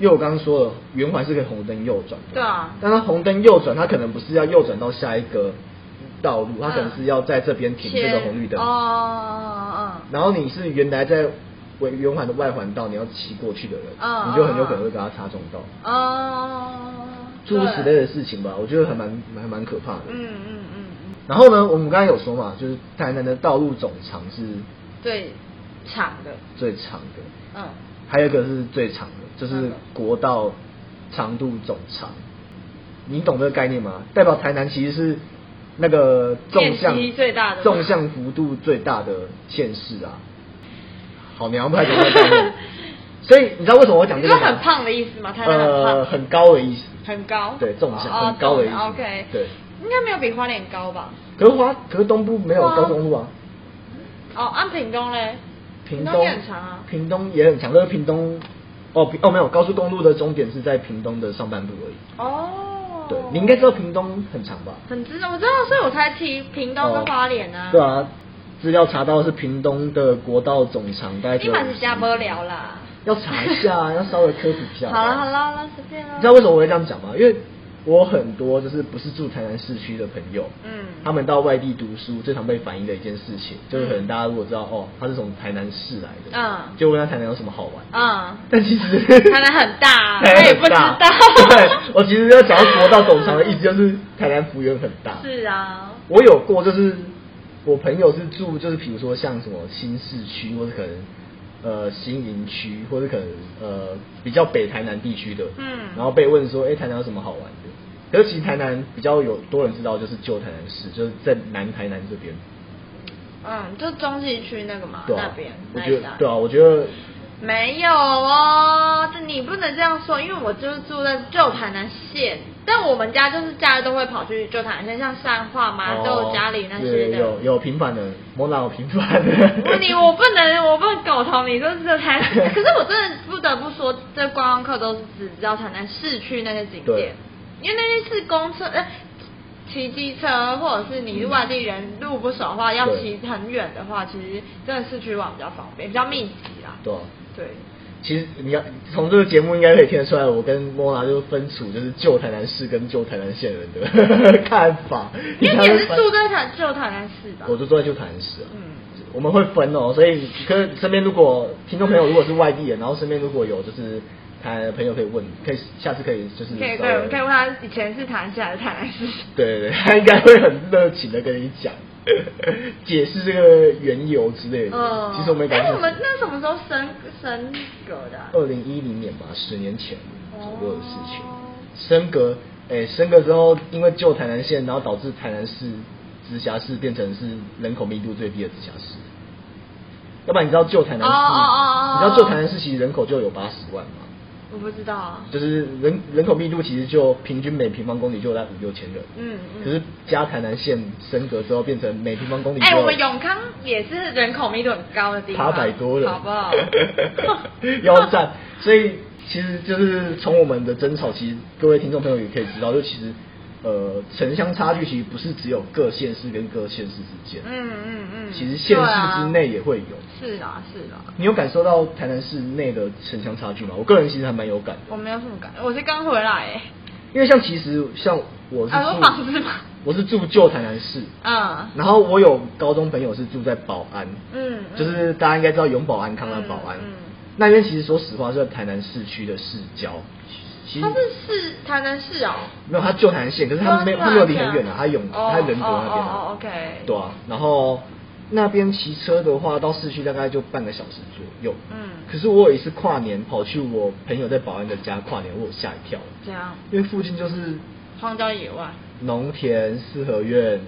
[SPEAKER 1] 因为我刚刚说了，圆环是可以红灯右转的，
[SPEAKER 2] 对啊
[SPEAKER 1] 但它红灯右转，它可能不是要右转到下一个道路，它可能
[SPEAKER 2] 嗯
[SPEAKER 1] 是要在这边停这个红绿灯，
[SPEAKER 2] 切哦，嗯嗯
[SPEAKER 1] 然后你是原来在为圆环的外环道，你要骑过去的人，
[SPEAKER 2] 嗯
[SPEAKER 1] 你就很有可能会跟他擦撞到，
[SPEAKER 2] 嗯，哦，
[SPEAKER 1] 诸如此类
[SPEAKER 2] 对
[SPEAKER 1] 的事情吧，我觉得还蛮还蛮可怕的，
[SPEAKER 2] 嗯嗯嗯嗯，
[SPEAKER 1] 然后呢，我们刚才有说嘛，就是台南的道路总长是
[SPEAKER 2] 最长的，
[SPEAKER 1] 最长的，
[SPEAKER 2] 嗯，
[SPEAKER 1] 还有一个是最长的，就是国道长度总长。你懂这个概念吗？代表台南其实是那个纵向
[SPEAKER 2] 面积最大的
[SPEAKER 1] 纵向幅度最大的县市啊。好娘，不太懂这个概念。 所以你知道为什么我讲这个
[SPEAKER 2] 你
[SPEAKER 1] 吗？
[SPEAKER 2] 说很胖的意思吗台南很胖
[SPEAKER 1] 呃，很高的意思。
[SPEAKER 2] 很高，
[SPEAKER 1] 对，纵向、
[SPEAKER 2] 哦
[SPEAKER 1] 很高的意思。
[SPEAKER 2] 纵 OK，
[SPEAKER 1] 对。
[SPEAKER 2] 应该没有比花莲高吧？
[SPEAKER 1] 可是花，可是东部没有高速公路啊。
[SPEAKER 2] 哦，按屏东嘞，
[SPEAKER 1] 屏
[SPEAKER 2] 东
[SPEAKER 1] 东
[SPEAKER 2] 也很长啊，
[SPEAKER 1] 屏东也很长，但是屏东哦屏哦没有高速公路的终点是在屏东的上半部而已。
[SPEAKER 2] 哦，
[SPEAKER 1] 对，你应该知道屏东很长吧？
[SPEAKER 2] 很知道，我知道，所以我才提屏东跟花莲啊
[SPEAKER 1] 哦，对，啊，资料查到是屏东的国道总长大概只
[SPEAKER 2] 你
[SPEAKER 1] 有50。
[SPEAKER 2] 满是加不了啦，
[SPEAKER 1] 要查一 下，要稍微科普一下。
[SPEAKER 2] 好了好了，那随便了，
[SPEAKER 1] 你知道为什么我会这样讲吗？因为我很多就是不是住台南市区的朋友，
[SPEAKER 2] 嗯
[SPEAKER 1] 他们到外地读书最常被反映的一件事情，就是可能大家如果知道哦，他是从台南市来的，
[SPEAKER 2] 嗯
[SPEAKER 1] 就问他台南有什么好玩，
[SPEAKER 2] 嗯，
[SPEAKER 1] 但其实
[SPEAKER 2] 台南很大啊
[SPEAKER 1] 台南很
[SPEAKER 2] 我也
[SPEAKER 1] 大
[SPEAKER 2] 不知道
[SPEAKER 1] 对， 我其实要讲到国道总长的意思就是台南幅员很大。
[SPEAKER 2] 是啊，
[SPEAKER 1] 我有过，就是我朋友是住，就是比如说像什么新市区，或者可能呃新营区，或者可能呃比较北台南地区的，
[SPEAKER 2] 嗯
[SPEAKER 1] 然后被问说，哎、台南有什么好玩的？可是其实台南比较有多人知道，就是旧台南市，就是在南台南这边，
[SPEAKER 2] 嗯，就中西区那个嘛，
[SPEAKER 1] 对
[SPEAKER 2] 那
[SPEAKER 1] 啊
[SPEAKER 2] 边，
[SPEAKER 1] 我
[SPEAKER 2] 那
[SPEAKER 1] 觉
[SPEAKER 2] 一
[SPEAKER 1] 得
[SPEAKER 2] 带
[SPEAKER 1] 对啊，我觉得
[SPEAKER 2] 没有哦，这你不能这样说，因为我就是住在旧台南县，但我们家就是假日都会跑去旧台南县，像善化、麻豆、
[SPEAKER 1] 哦
[SPEAKER 2] 家里那些
[SPEAKER 1] 对
[SPEAKER 2] 的。
[SPEAKER 1] 有有平凡的，莫娜有平凡的，
[SPEAKER 2] 不你我不能，我不能苟同你说这台南，可是我真的不得不说，这观光客都是只知道台南市区那些景点
[SPEAKER 1] 对，
[SPEAKER 2] 因为那些是公车，呃，骑机车或者是你是外地人路不熟的话，要
[SPEAKER 1] 对
[SPEAKER 2] 骑很远的话，其实真的市区玩比较方便，比较密集啦。
[SPEAKER 1] 对啊
[SPEAKER 2] 对，
[SPEAKER 1] 其实你要从这个节目应该可以听得出来，我跟莫娜就是分处就是旧台南市跟旧台南县人的 看法。
[SPEAKER 2] 因为
[SPEAKER 1] 看
[SPEAKER 2] 你
[SPEAKER 1] 他
[SPEAKER 2] 也
[SPEAKER 1] 们
[SPEAKER 2] 是
[SPEAKER 1] 分
[SPEAKER 2] 住在台，只有台南市吧？
[SPEAKER 1] 我就住在旧台南市啊。
[SPEAKER 2] 嗯
[SPEAKER 1] 我们会分哦，所以可是身边如果听众朋友如果是外地人，然后身边如果有就是台南的朋友可以问，可以下次可以就是
[SPEAKER 2] 可以
[SPEAKER 1] 稍
[SPEAKER 2] 对，
[SPEAKER 1] 微
[SPEAKER 2] 我们可以问他以前是台南市还是台南市？
[SPEAKER 1] 对对 对，他应该会很热情的跟你讲， 解释这个缘由之类的。
[SPEAKER 2] 嗯，
[SPEAKER 1] 其实我们也
[SPEAKER 2] 哎，
[SPEAKER 1] 感
[SPEAKER 2] 我们那什么时候升升格的啊？
[SPEAKER 1] 二零一零年吧，十年前左右的事情
[SPEAKER 2] 哦。
[SPEAKER 1] 升格，哎，升格之后，因为旧台南县，然后导致台南市直辖市变成是人口密度最低的直辖市。要不然你知道旧台南市，
[SPEAKER 2] 哦哦哦哦哦
[SPEAKER 1] 你知道旧台南市其实人口就有八十万嘛，
[SPEAKER 2] 我不知道啊。
[SPEAKER 1] 就是人人口密度其实就平均每平方公里就在五六千人。
[SPEAKER 2] 嗯嗯
[SPEAKER 1] 可是加台南县升格之后，变成每平方公里就
[SPEAKER 2] 哎、我们永康也是人口密度很高的地方，
[SPEAKER 1] 八百多人，
[SPEAKER 2] 好不好？
[SPEAKER 1] 腰斩。所以其实就是从我们的争吵，其实各位听众朋友也可以知道，就其实呃城乡差距其实不是只有各县市跟各县市之间，
[SPEAKER 2] 嗯嗯嗯，
[SPEAKER 1] 其实县
[SPEAKER 2] 对
[SPEAKER 1] 市
[SPEAKER 2] 啊
[SPEAKER 1] 之内也会有。
[SPEAKER 2] 是啊是啊，
[SPEAKER 1] 你有感受到台南市内的城乡差距吗？我个人其实还蛮有感的，
[SPEAKER 2] 我没有什么感，我是刚回来哎、
[SPEAKER 1] 因为像其实像我是
[SPEAKER 2] 啊我房子
[SPEAKER 1] 住
[SPEAKER 2] 吗，
[SPEAKER 1] 我是住旧台南市，
[SPEAKER 2] 嗯
[SPEAKER 1] 然后我有高中朋友是住在保安，
[SPEAKER 2] 嗯，嗯
[SPEAKER 1] 就是大家应该知道永保安康的保安，
[SPEAKER 2] 嗯嗯
[SPEAKER 1] 那边其实说实话是在台南市区的市郊，其实
[SPEAKER 2] 它是市台南市哦，
[SPEAKER 1] 没有，他旧台南县，可是他没有
[SPEAKER 2] 对啊
[SPEAKER 1] 他没有离很远
[SPEAKER 2] 对
[SPEAKER 1] 啊
[SPEAKER 2] 啊，
[SPEAKER 1] 他永
[SPEAKER 2] 哦
[SPEAKER 1] 他仁德那边啊。
[SPEAKER 2] 哦哦哦，OK
[SPEAKER 1] 对啊，然后那边骑车的话，到市区大概就半个小时左右。
[SPEAKER 2] 嗯
[SPEAKER 1] 可是我有一次跨年跑去我朋友在保安的家跨年，我有吓一跳，
[SPEAKER 2] 这样
[SPEAKER 1] 因为附近就是
[SPEAKER 2] 荒郊野外，
[SPEAKER 1] 农田、四合院，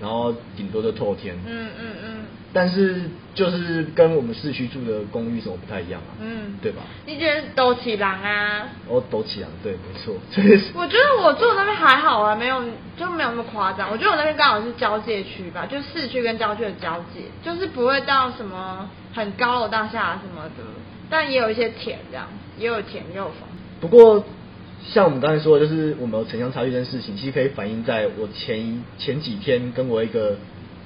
[SPEAKER 1] 然后顶多就透天。
[SPEAKER 2] 嗯嗯嗯
[SPEAKER 1] 但是就是跟我们市区住的公寓什么不太一样啊，
[SPEAKER 2] 嗯，
[SPEAKER 1] 对吧？
[SPEAKER 2] 你觉得斗起狼啊？
[SPEAKER 1] 哦，抖起来，对，没错，所以是
[SPEAKER 2] 我觉得我住的那边还好啊，没有就没有那么夸张。我觉得我那边刚好是交界区吧，就市区跟郊区的交界，就是不会到什么很高楼大厦什么的，但也有一些田这样，也有田也有房。
[SPEAKER 1] 不过，像我们刚才说的，就是我们有城乡差距这件事情，其实可以反映在我前一前几天跟我一个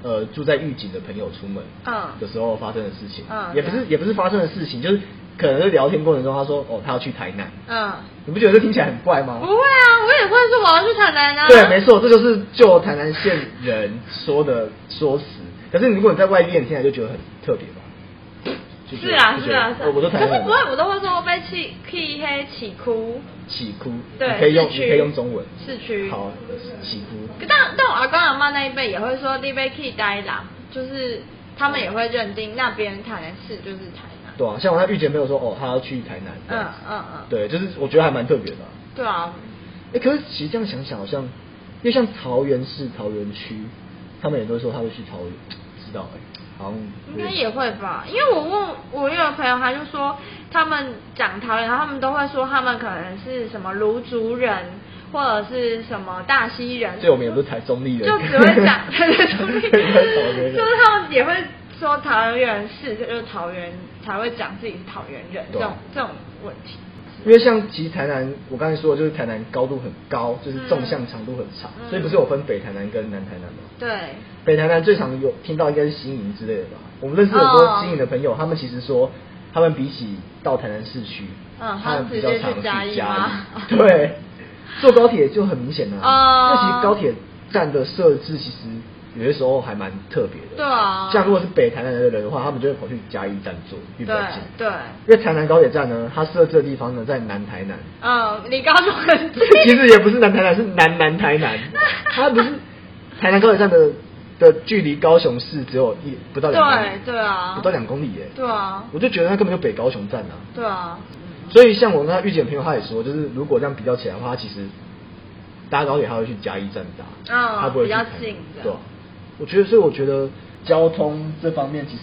[SPEAKER 1] 呃住在预警的朋友出门，
[SPEAKER 2] 嗯
[SPEAKER 1] 的时候发生的事情，
[SPEAKER 2] 嗯
[SPEAKER 1] 也不是也不是发生的事情，就是可能是聊天过程中，他说哦他要去台南，
[SPEAKER 2] 嗯，
[SPEAKER 1] 你不觉得这听起来很怪吗
[SPEAKER 2] 不？会啊，我也会说我要去台南啊。
[SPEAKER 1] 对，没。错，这就是就台南县人说的说辞。可是如果你在外地，你听起来就觉得很特别吧？就觉
[SPEAKER 2] 是
[SPEAKER 1] 得
[SPEAKER 2] 啊
[SPEAKER 1] 就觉
[SPEAKER 2] 是
[SPEAKER 1] 得哦
[SPEAKER 2] 啊是啊，
[SPEAKER 1] 我我都台南
[SPEAKER 2] 可
[SPEAKER 1] 人
[SPEAKER 2] 是不会，我都会说被气气黑气哭。
[SPEAKER 1] 起哭，
[SPEAKER 2] 对
[SPEAKER 1] 你可以用
[SPEAKER 2] 市
[SPEAKER 1] 你
[SPEAKER 2] 区
[SPEAKER 1] 可以用中文，
[SPEAKER 2] 市区
[SPEAKER 1] 好起哭。
[SPEAKER 2] 但但我阿公阿妈那一辈也会说你被气呆啦，就是他们也会认定那边台南市就是台南。
[SPEAKER 1] 对啊，像我那御姐朋友说，哦，她要去台南。这样子
[SPEAKER 2] 嗯嗯嗯
[SPEAKER 1] 对，就是我觉得还蛮特别的啊、
[SPEAKER 2] 对啊，
[SPEAKER 1] 哎，可是其实这样想想，好像因为像桃园市桃园区，他们也都说他会去桃园，不知道哎、好像
[SPEAKER 2] 应该也会吧，因为我问我有朋友，他就说他们讲桃园，然后他们都会说他们可能是什么卢族人或者是什么大溪人，
[SPEAKER 1] 对我们也不是台中立人
[SPEAKER 2] 就只会讲对对中立
[SPEAKER 1] 对桃园人
[SPEAKER 2] 就是他们也会说桃园市，就是桃园才会讲自己是桃园人、这
[SPEAKER 1] 对啊
[SPEAKER 2] 种这种问题。
[SPEAKER 1] 因为像其实台南，我刚才说的就是台南高度很高，就是纵向长度很长，
[SPEAKER 2] 嗯
[SPEAKER 1] 所以不是有分北台南跟南台南吗？
[SPEAKER 2] 对，
[SPEAKER 1] 北台南最常有听到应该是新营之类的吧。我们认识很多
[SPEAKER 2] 哦
[SPEAKER 1] 新营的朋友，他们其实说，他们比起到台南市区，
[SPEAKER 2] 嗯
[SPEAKER 1] 他们比较常去嘉
[SPEAKER 2] 他们直接去
[SPEAKER 1] 义
[SPEAKER 2] 嘉义吗。
[SPEAKER 1] 对，坐高铁就很明显了、
[SPEAKER 2] 哦
[SPEAKER 1] 那其实高铁站的设置其实有些时候还蛮特别的。
[SPEAKER 2] 对啊
[SPEAKER 1] 像如果是北台南的人的话，他们就会跑去嘉义站坐，因为比较
[SPEAKER 2] 对
[SPEAKER 1] 近。
[SPEAKER 2] 对
[SPEAKER 1] 因为台南高铁站呢，它设置的地方呢在南台南。
[SPEAKER 2] 嗯，离高雄很近。
[SPEAKER 1] 其实也不是南台南，是南南台南。它不是台南高铁站的的距离高雄市只有一不到两公里，
[SPEAKER 2] 对对啊
[SPEAKER 1] 不到两公里耶。
[SPEAKER 2] 对啊
[SPEAKER 1] 我就觉得那根本就北高雄站啊。
[SPEAKER 2] 对啊，
[SPEAKER 1] 所以像我那遇见的朋友，他也说，就是如果这样比较起来的话，他其实搭高铁他会去嘉义站搭，
[SPEAKER 2] 嗯
[SPEAKER 1] 他不会去
[SPEAKER 2] 比较
[SPEAKER 1] 台南
[SPEAKER 2] 近这样
[SPEAKER 1] 对啊、我觉得，所以我觉得交通这方面其实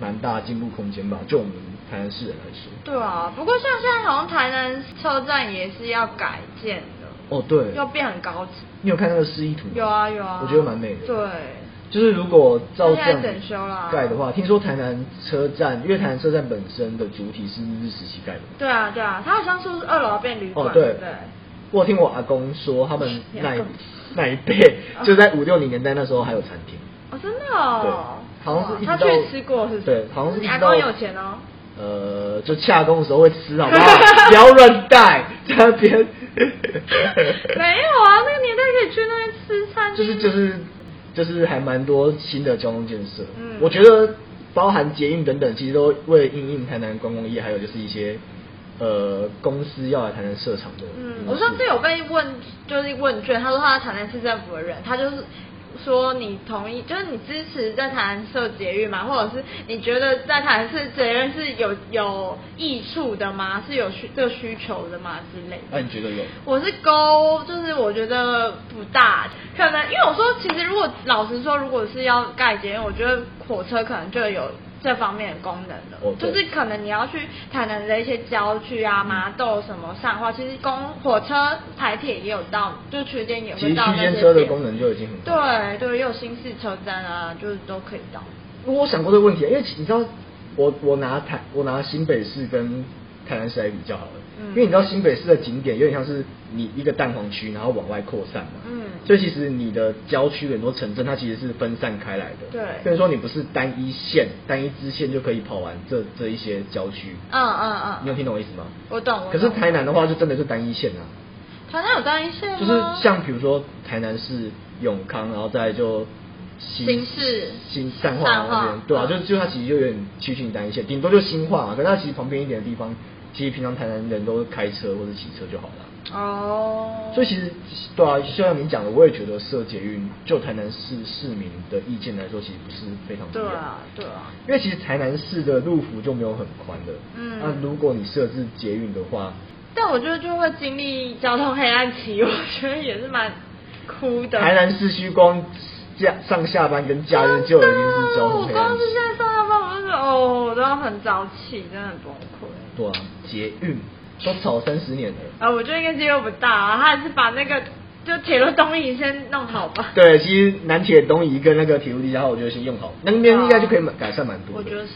[SPEAKER 1] 蛮大的进步空间吧，就我们台南市人来说。
[SPEAKER 2] 对啊，不过像现在好像台南车站也是要改建的，
[SPEAKER 1] 哦，对，
[SPEAKER 2] 要变很高级。
[SPEAKER 1] 你有看那个示意图吗？
[SPEAKER 2] 有啊有啊，
[SPEAKER 1] 我觉得蛮美的。
[SPEAKER 2] 对，
[SPEAKER 1] 就是如果照这样
[SPEAKER 2] 现在整修啦
[SPEAKER 1] 盖的话，听说台南车站，因为台南车站本身的主体是日治时期盖的。
[SPEAKER 2] 对啊对啊，它好像说是二楼要变旅馆，
[SPEAKER 1] 哦，对
[SPEAKER 2] 不对？
[SPEAKER 1] 我听我阿公说，他们那一
[SPEAKER 2] 你阿公
[SPEAKER 1] 那一辈就在五六零年代那时候还有餐厅。
[SPEAKER 2] 哦，真的哦
[SPEAKER 1] 对，，好像是一直
[SPEAKER 2] 哇他
[SPEAKER 1] 到
[SPEAKER 2] 去吃过是不是？
[SPEAKER 1] 对，好像是一
[SPEAKER 2] 你
[SPEAKER 1] 直
[SPEAKER 2] 阿
[SPEAKER 1] 到
[SPEAKER 2] 公有钱哦。
[SPEAKER 1] 呃，就洽公的时候会吃，好不 好？不要乱带，在那边。
[SPEAKER 2] 没有啊，那个年代可以去那边吃餐
[SPEAKER 1] 就
[SPEAKER 2] 厅，
[SPEAKER 1] 是就是就是还蛮多新的交通建设。
[SPEAKER 2] 嗯
[SPEAKER 1] 我觉得包含捷运等等，其实都为了应应台南观光业，还有就是一些呃公司要来台南设厂的因素。
[SPEAKER 2] 嗯，我上次有被问，就是问卷，他说他是台南市政府的人，他就是说你同意，就是你支持在台南设捷运吗？或者是你觉得在台南市捷运是有有益处的吗？是有需这个需求的吗？之类的。
[SPEAKER 1] 那你觉得有？
[SPEAKER 2] 我是勾，就是我觉得不大，可能因为我说，其实如果老实说，如果是要盖捷运，我觉得火车可能就有这方面的功能了，
[SPEAKER 1] 哦对
[SPEAKER 2] 就是可能你要去台南的一些郊区啊、麻豆什么上化，其实公火车、台铁也有到，就区间也
[SPEAKER 1] 其
[SPEAKER 2] 会
[SPEAKER 1] 实
[SPEAKER 2] 到
[SPEAKER 1] 区
[SPEAKER 2] 那
[SPEAKER 1] 间
[SPEAKER 2] 些
[SPEAKER 1] 车的
[SPEAKER 2] 点
[SPEAKER 1] 功能就已经很好。
[SPEAKER 2] 对对，也有新式车站啊，就是都可以到。
[SPEAKER 1] 我想过这个问题，因为其你知道，我我拿台我拿新北市跟台南市来比较好了。
[SPEAKER 2] 嗯
[SPEAKER 1] 因为你知道新北市的景点有点像是你一个蛋黄区，然后往外扩散嘛。
[SPEAKER 2] 嗯
[SPEAKER 1] 所以其实你的郊区很多城镇，它其实是分散开来的。
[SPEAKER 2] 对
[SPEAKER 1] 所以说你不是单一线、单一支线就可以跑完这这一些郊区。
[SPEAKER 2] 嗯嗯
[SPEAKER 1] 你有
[SPEAKER 2] 嗯，
[SPEAKER 1] 听懂我意思吗？
[SPEAKER 2] 我懂。我懂
[SPEAKER 1] 可是台南的话，就真的是单一线啊。
[SPEAKER 2] 台南有单一线吗
[SPEAKER 1] 就是像比如说台南市永康，然后再来就新
[SPEAKER 2] 新市
[SPEAKER 1] 新善化
[SPEAKER 2] 善化
[SPEAKER 1] 那边，对啊，就
[SPEAKER 2] 嗯
[SPEAKER 1] 就它其实就有点趋近单一线，顶多就新化嘛，可是它其实旁边一点的地方，其实平常台南人都开车或者骑车就好了。
[SPEAKER 2] 哦，
[SPEAKER 1] 所以其实对啊，就像你讲的，我也觉得设捷运就台南市市民的意见来说，其实不是非常必
[SPEAKER 2] 对
[SPEAKER 1] 要。
[SPEAKER 2] 啊对啊，
[SPEAKER 1] 因为其实台南市的路幅就没有很宽的，
[SPEAKER 2] 嗯
[SPEAKER 1] 那、如果你设置捷运的话，
[SPEAKER 2] 但我觉得就会经历交通黑暗期，我觉得也是蛮哭的。
[SPEAKER 1] 台南市区光假上下班跟假日就已经是交通黑
[SPEAKER 2] 真
[SPEAKER 1] 暗
[SPEAKER 2] 的我光
[SPEAKER 1] 期
[SPEAKER 2] 是现在上下班，我就是哦，我都要很早起，真的很崩溃。
[SPEAKER 1] 对啊，捷运都吵三十年了。
[SPEAKER 2] 啊，我觉得跟肌肉不大啊，他还是把那个就铁路东移先弄好吧。
[SPEAKER 1] 对，其实南铁东移跟那个铁路地下化，我觉得先用好，那边应该就可以蛮改善蛮多的。
[SPEAKER 2] 我觉得是，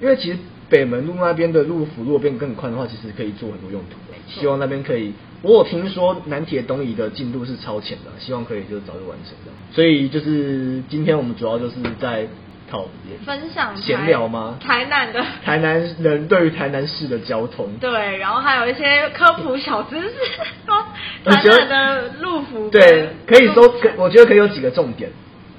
[SPEAKER 1] 因为其实北门路那边的路幅如果变更宽的话，其实可以做很多用途的。希望那边可以，我有听说南铁东移的进度是超前的，希望可以就是早日完成的。所以就是今天我们主要就是在讨
[SPEAKER 2] 分享台
[SPEAKER 1] 闲聊吗？
[SPEAKER 2] 台南的
[SPEAKER 1] 台南人对于台南市的交通，
[SPEAKER 2] 对，然后还有一些科普小知识， 说
[SPEAKER 1] 我
[SPEAKER 2] 台
[SPEAKER 1] 觉得
[SPEAKER 2] 南的路服
[SPEAKER 1] 对，可以说，可我觉得可以有几个重点。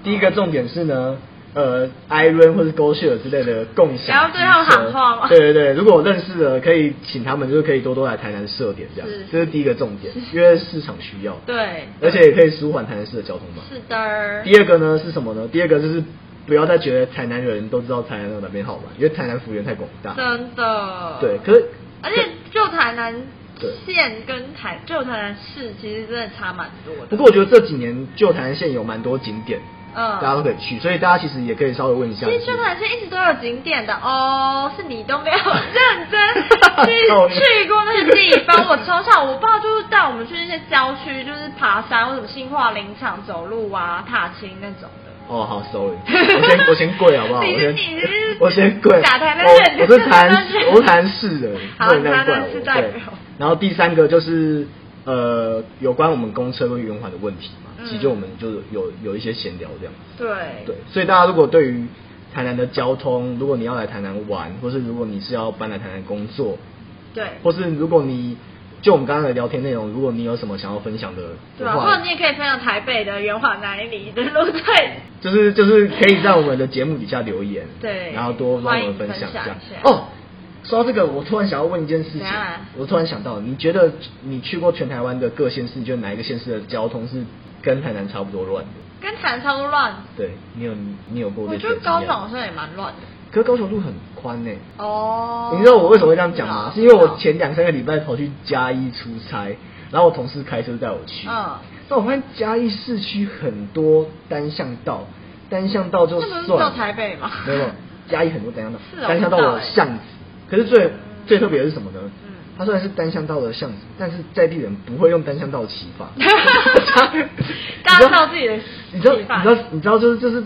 [SPEAKER 1] 第一个重点是呢，呃，Iron 或是 g o s h a r 之类的共享，
[SPEAKER 2] 然后对他们喊话吗
[SPEAKER 1] 对对对，如果我认识了，可以请他们就是可以多多来台南设点这样
[SPEAKER 2] 是，
[SPEAKER 1] 这是第一个重点，因为市场需要，
[SPEAKER 2] 对，
[SPEAKER 1] 而且也可以舒缓台南市的交通嘛。
[SPEAKER 2] 是的，
[SPEAKER 1] 第二个呢是什么呢？第二个就是不要再觉得台南人都知道台南有哪边好玩，因为台南幅员太广大。
[SPEAKER 2] 真的
[SPEAKER 1] 对，可是
[SPEAKER 2] 而且就台南
[SPEAKER 1] 对
[SPEAKER 2] 县跟台就台南市其实真的差蛮多的。
[SPEAKER 1] 不过我觉得这几年旧台南县有蛮多景点，
[SPEAKER 2] 嗯
[SPEAKER 1] 大家都可以去，所以大家其实也可以稍微问一下。
[SPEAKER 2] 其实旧台南县一直都有景点的哦，是你都没有认 真去
[SPEAKER 1] 靠你
[SPEAKER 2] 去过那些地方。我从小我爸就是带我们去那些郊区，就是爬山或者新化林场走路啊、踏青那种的。
[SPEAKER 1] 哦，好，sorry，我先我先跪好不好？
[SPEAKER 2] 你
[SPEAKER 1] 我
[SPEAKER 2] 是
[SPEAKER 1] 先
[SPEAKER 2] 你是
[SPEAKER 1] 我先跪。
[SPEAKER 2] 打台南
[SPEAKER 1] 我
[SPEAKER 2] 人
[SPEAKER 1] 我是台 南市，我是台南市人，
[SPEAKER 2] 好
[SPEAKER 1] 不能这样怪
[SPEAKER 2] 台南市
[SPEAKER 1] 我。
[SPEAKER 2] 代表
[SPEAKER 1] 对。然后第三个就是呃，有关我们公车跟圆环的问题嘛，
[SPEAKER 2] 嗯
[SPEAKER 1] 其实就我们就有有一些闲聊这样。
[SPEAKER 2] 对
[SPEAKER 1] 对，所以大家如果对于台南的交通，如果你要来台南玩，或是如果你是要搬来台南工作，
[SPEAKER 2] 对
[SPEAKER 1] 或是如果你就我们刚刚的聊天内容，如果你有什么想要分享的
[SPEAKER 2] 对
[SPEAKER 1] 的
[SPEAKER 2] 啊，
[SPEAKER 1] 话，
[SPEAKER 2] 或者你也可以分享台北的圆环哪里的路对。
[SPEAKER 1] 就是就是可以在我们的节目底下留言，
[SPEAKER 2] 对
[SPEAKER 1] 然后多帮我们分享一
[SPEAKER 2] 欢迎
[SPEAKER 1] 下
[SPEAKER 2] 分享一。下
[SPEAKER 1] 哦，说到这个，我突然想要问一件事情
[SPEAKER 2] 怎样啊，
[SPEAKER 1] 我突然想到，你觉得你去过全台湾的各县市，你觉得哪一个县市的交通是跟台南差不多乱的？
[SPEAKER 2] 跟台南超多乱。
[SPEAKER 1] 对你有你有过
[SPEAKER 2] 我
[SPEAKER 1] 类似
[SPEAKER 2] 觉
[SPEAKER 1] 的
[SPEAKER 2] 得高
[SPEAKER 1] 经
[SPEAKER 2] 雄
[SPEAKER 1] 验
[SPEAKER 2] 好
[SPEAKER 1] 吗
[SPEAKER 2] 像也蛮乱的。
[SPEAKER 1] 可是高雄路很宽呢、
[SPEAKER 2] 哦
[SPEAKER 1] 你知道我为什么会这样讲吗？是
[SPEAKER 2] 知道
[SPEAKER 1] 因为我前两三个礼拜跑去嘉义出差，然后我同事开车带我去。
[SPEAKER 2] 嗯
[SPEAKER 1] 那我发现嘉义市区很多单向道，单向道就
[SPEAKER 2] 那不是
[SPEAKER 1] 算了
[SPEAKER 2] 到台北吗
[SPEAKER 1] 没有，没有嘉义很多单向道，
[SPEAKER 2] 是哦
[SPEAKER 1] 单向道
[SPEAKER 2] 我
[SPEAKER 1] 有
[SPEAKER 2] 知道欸
[SPEAKER 1] 巷子。可是最最特别的是什么呢？
[SPEAKER 2] 嗯。
[SPEAKER 1] 它虽然是单向道的巷子，但是在地人不会用单向道骑法
[SPEAKER 2] 大家知道自己的
[SPEAKER 1] 你知道
[SPEAKER 2] 骑法
[SPEAKER 1] 你知道你知道就是就是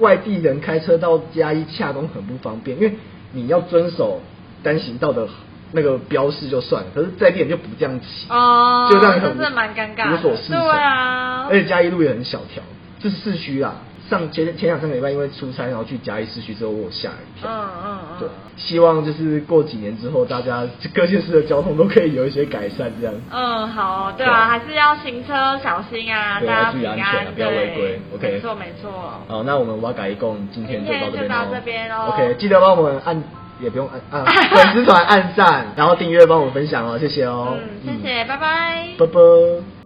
[SPEAKER 1] 外地人开车到嘉义洽公很不方便，因为你要遵守单行道的那个标示就算了，可是在地人就不这样骑，
[SPEAKER 2] 哦
[SPEAKER 1] 就让你很
[SPEAKER 2] 这真的蛮尴尬的
[SPEAKER 1] 无所适从。
[SPEAKER 2] 对啊
[SPEAKER 1] 而且嘉义路也很小条，这是市区啊。上前前两三个礼拜因为出差，然后去嘉义市区之后，我有吓一跳。
[SPEAKER 2] 嗯嗯嗯
[SPEAKER 1] 对，希望就是过几年之后，大家各县市的交通都可以有一些改善，这样。
[SPEAKER 2] 嗯，好，对
[SPEAKER 1] 对啊
[SPEAKER 2] 啊，还是要行车小心啊，
[SPEAKER 1] 对要
[SPEAKER 2] 大家
[SPEAKER 1] 注意
[SPEAKER 2] 平
[SPEAKER 1] 安全啊
[SPEAKER 2] 安，
[SPEAKER 1] 不要违
[SPEAKER 2] 对
[SPEAKER 1] 规，OK
[SPEAKER 2] 没错没错。
[SPEAKER 1] 好，那我们挖改一共今天就到这
[SPEAKER 2] 今
[SPEAKER 1] 边
[SPEAKER 2] 天就到
[SPEAKER 1] 喽。
[SPEAKER 2] 这边咯
[SPEAKER 1] OK，记得帮我们按，也不用按啊按 粉丝团按赞，然后订阅帮我们分享哦，谢谢哦。
[SPEAKER 2] 嗯嗯，谢谢，拜拜。
[SPEAKER 1] 拜拜。